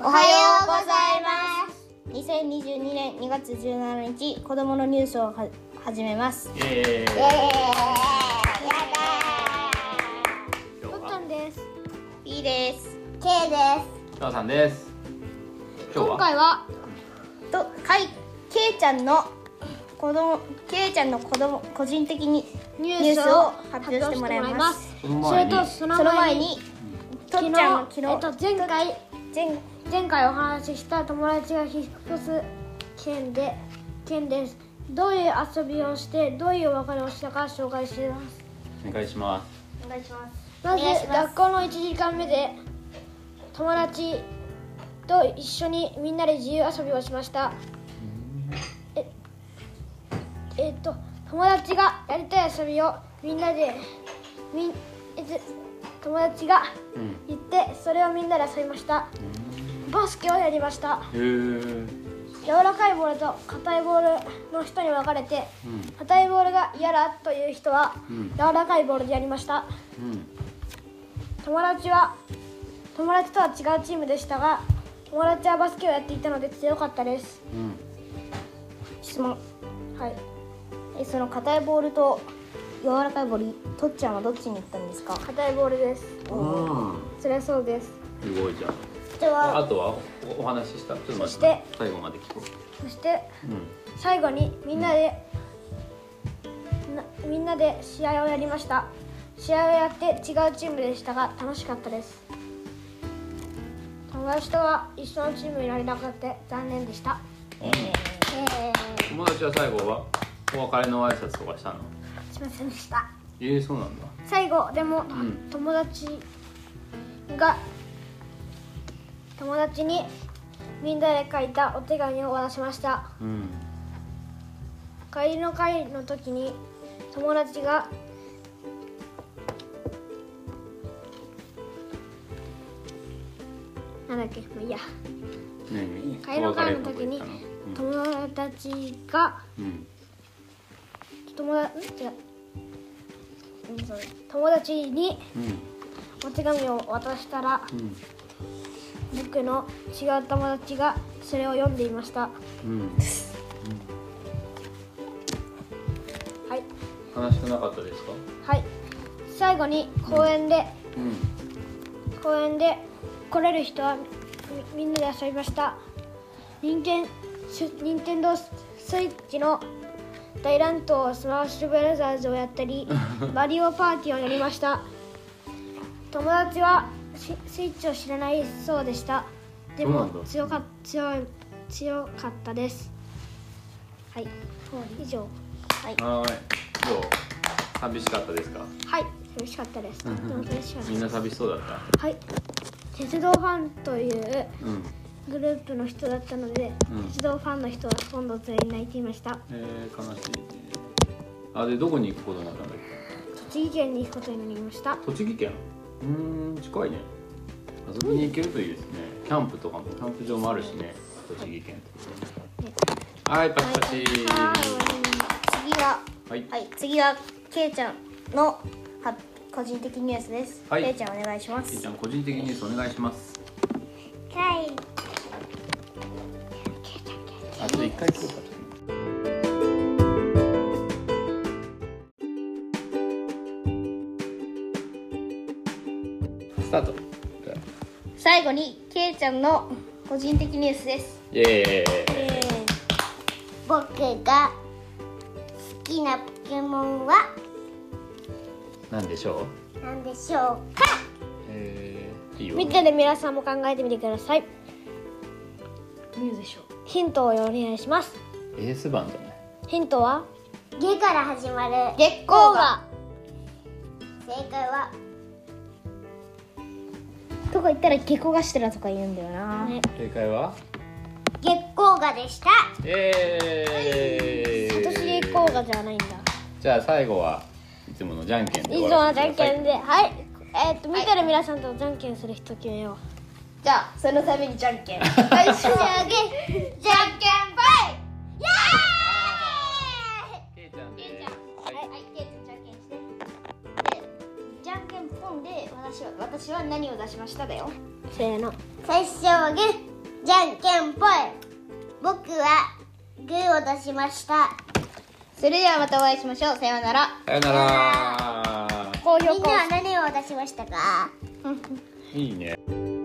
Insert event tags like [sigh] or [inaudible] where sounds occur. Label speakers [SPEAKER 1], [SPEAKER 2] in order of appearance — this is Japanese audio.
[SPEAKER 1] おはようございます2022年2月17日子供のニュースをは始めます
[SPEAKER 2] イエーイ
[SPEAKER 1] イエー
[SPEAKER 2] 今日
[SPEAKER 3] ボット
[SPEAKER 2] は
[SPEAKER 3] ンです。
[SPEAKER 1] イ P です
[SPEAKER 3] ケイです。
[SPEAKER 2] 北尾さんです今日
[SPEAKER 3] 今
[SPEAKER 2] は
[SPEAKER 3] 回は
[SPEAKER 1] とかいけいちゃんの子供けいちゃんの子供個人的に
[SPEAKER 3] ニ
[SPEAKER 1] ュ
[SPEAKER 3] ュ
[SPEAKER 1] ー
[SPEAKER 3] ー
[SPEAKER 1] ス
[SPEAKER 3] ス
[SPEAKER 1] を
[SPEAKER 3] を
[SPEAKER 1] 発
[SPEAKER 3] 発
[SPEAKER 1] 表
[SPEAKER 3] 表
[SPEAKER 1] して
[SPEAKER 3] して
[SPEAKER 1] も
[SPEAKER 3] も
[SPEAKER 1] ら
[SPEAKER 3] ら
[SPEAKER 1] い
[SPEAKER 3] い
[SPEAKER 1] ま
[SPEAKER 3] ますす。
[SPEAKER 2] その
[SPEAKER 3] そ
[SPEAKER 2] 前
[SPEAKER 3] れ
[SPEAKER 2] に
[SPEAKER 3] とそ
[SPEAKER 1] そ
[SPEAKER 3] の
[SPEAKER 1] の
[SPEAKER 3] 前
[SPEAKER 1] 前
[SPEAKER 3] に
[SPEAKER 1] にとっちゃんの昨日
[SPEAKER 3] えっと前回
[SPEAKER 1] 前
[SPEAKER 3] 前回お話しした友達が引っ越す件で件です。どういう遊びをしてどういうお別れをしたか紹介します。
[SPEAKER 2] お願いしま
[SPEAKER 1] お願いします
[SPEAKER 3] まず
[SPEAKER 1] お願いします
[SPEAKER 3] 学校の1時間目で友達と一緒にみんなで自由遊びをしましたええっと友達がやりたい遊びをみんなでみんえっと友達が
[SPEAKER 2] すうん
[SPEAKER 3] 言ってそれをみんなで遊びましたバスケをやりました
[SPEAKER 2] へー
[SPEAKER 3] 柔らかいボールと硬いボールの人に分かれて
[SPEAKER 2] うん
[SPEAKER 3] 硬いボールが嫌だという人は
[SPEAKER 2] うん
[SPEAKER 3] 柔らかいボールでやりました、
[SPEAKER 2] うん
[SPEAKER 3] 友達は友達とは違うチームでしたが友達はバスケをやっていたので強かったです
[SPEAKER 2] うん
[SPEAKER 1] 質問
[SPEAKER 3] はい
[SPEAKER 1] えその硬いボールと柔らかいボールとっちゃんはどっちに行ったんですか
[SPEAKER 3] 硬いボールです
[SPEAKER 2] うん
[SPEAKER 3] それはそうです
[SPEAKER 2] すごいじゃん
[SPEAKER 1] では
[SPEAKER 2] あとはおお話ししたちょっと待っ
[SPEAKER 3] そして
[SPEAKER 2] て最後まで聞こ
[SPEAKER 3] そして
[SPEAKER 2] ううん
[SPEAKER 3] 最後にみんなで、なみんなで試合をやりました試合をやって違うチームでしたが楽しかったです友達とは一緒のチームになれなくて残念でした
[SPEAKER 2] 友達は最後はお別れの挨拶とかしたの
[SPEAKER 3] すいませんでした
[SPEAKER 2] ええそうなんだ
[SPEAKER 3] 最後でも、
[SPEAKER 2] ん
[SPEAKER 3] 友達が友達にみんなで書いたお手紙を渡しました
[SPEAKER 2] うん
[SPEAKER 3] 帰りの会の時に友達がなんだっけまあいいや
[SPEAKER 2] 何
[SPEAKER 3] 帰りの会の時に
[SPEAKER 2] お別れのとこ行っ
[SPEAKER 3] 友達が
[SPEAKER 2] たのうん
[SPEAKER 3] 友達がうんそう友達に
[SPEAKER 2] うん
[SPEAKER 3] お手紙を渡したら
[SPEAKER 2] うん
[SPEAKER 3] 僕の違う友達がそれを読んでいましたは
[SPEAKER 2] う
[SPEAKER 3] い
[SPEAKER 2] ん悲しくなかったですか
[SPEAKER 3] はい最後に公園で、
[SPEAKER 2] うん
[SPEAKER 3] 公園で来れる人はみみんなで遊びました任天し任天堂スイッチの大乱闘スマッシュブラザーズをやった
[SPEAKER 2] [laughs]
[SPEAKER 3] りマリオパーティーをやりました友達はススイッチを知らないそうでしたで
[SPEAKER 2] そうな
[SPEAKER 3] も
[SPEAKER 2] んだ
[SPEAKER 3] 強か強い強かったですはい以上
[SPEAKER 2] はーい。どう寂しかったですか。
[SPEAKER 3] はい寂しかったですとっても寂しかった
[SPEAKER 2] み
[SPEAKER 3] で
[SPEAKER 2] ん
[SPEAKER 3] す
[SPEAKER 2] な寂しそうだった。
[SPEAKER 3] はい鉄道ファンという
[SPEAKER 2] うん。
[SPEAKER 3] グループの人だったので、
[SPEAKER 2] うん
[SPEAKER 3] 鉄道ファンの人は今度全員泣いていました
[SPEAKER 2] えー、悲しいね。あでどこに行くことになったんだっ
[SPEAKER 3] 栃木県に行くことになりました
[SPEAKER 2] け。栃木県。うーん近いね。遊びに行けるといいですね。キャンプとかもキャンプ場もあるしね。栃木県ってことはいパチパチ。
[SPEAKER 1] 次は
[SPEAKER 2] はい。
[SPEAKER 1] はい、次はけいちゃんのは個人的ニュースです。
[SPEAKER 2] はい
[SPEAKER 1] けいちゃんお願いしま
[SPEAKER 2] けい
[SPEAKER 1] す。
[SPEAKER 2] ちゃん個人的ニュースお願いします。
[SPEAKER 1] はい。
[SPEAKER 2] あと一回来るか。スタート。
[SPEAKER 1] 最後にけいちゃんの個人的ニュースです。
[SPEAKER 2] イエーイ。
[SPEAKER 1] 僕が好きなポケモンは
[SPEAKER 2] なんでしょ
[SPEAKER 1] 何でしょうか？
[SPEAKER 2] う。えー、いいよ。
[SPEAKER 3] 見てる皆さんも考えてみてください
[SPEAKER 1] 何でしょう？
[SPEAKER 3] ヒントをお願いします
[SPEAKER 2] エース番じゃない。
[SPEAKER 3] ヒントは
[SPEAKER 4] ゲから始まる
[SPEAKER 1] 月光が。
[SPEAKER 4] 正解は
[SPEAKER 1] とか言ったらゲコガシテラとか言うんだよな。
[SPEAKER 2] 正解は。
[SPEAKER 4] 月光がでした
[SPEAKER 2] えーイ。
[SPEAKER 3] 今年効果じゃないんだ
[SPEAKER 2] じゃあ最後はいつものじゃんけんで
[SPEAKER 3] 以上
[SPEAKER 2] 終わ
[SPEAKER 3] は
[SPEAKER 2] らせ
[SPEAKER 3] じ
[SPEAKER 2] て
[SPEAKER 3] ゃ
[SPEAKER 2] く
[SPEAKER 3] ん
[SPEAKER 2] ださ
[SPEAKER 3] け
[SPEAKER 2] い。
[SPEAKER 3] んではいえーっと見てる皆さんとじゃんけんする人決めよ
[SPEAKER 1] じゃあそのためにじゃん
[SPEAKER 2] [laughs]
[SPEAKER 1] けん。
[SPEAKER 4] 最初にあげじゃんけんぽいイ
[SPEAKER 2] けいちゃん
[SPEAKER 4] エーイ
[SPEAKER 2] で
[SPEAKER 4] じゃん
[SPEAKER 2] す。はい。
[SPEAKER 4] はい、ケイちゃんじゃんけんして
[SPEAKER 1] じゃんけんポンで私は私は何を出しましただよ。
[SPEAKER 3] うせーの
[SPEAKER 4] 最初はグー
[SPEAKER 1] じゃんけんぽい僕はグーを出しましたそれではまたお会いしましょうさようなら
[SPEAKER 2] さよなら
[SPEAKER 3] 高評
[SPEAKER 1] みんな
[SPEAKER 3] 価を
[SPEAKER 1] は何を出しましたか
[SPEAKER 2] いいね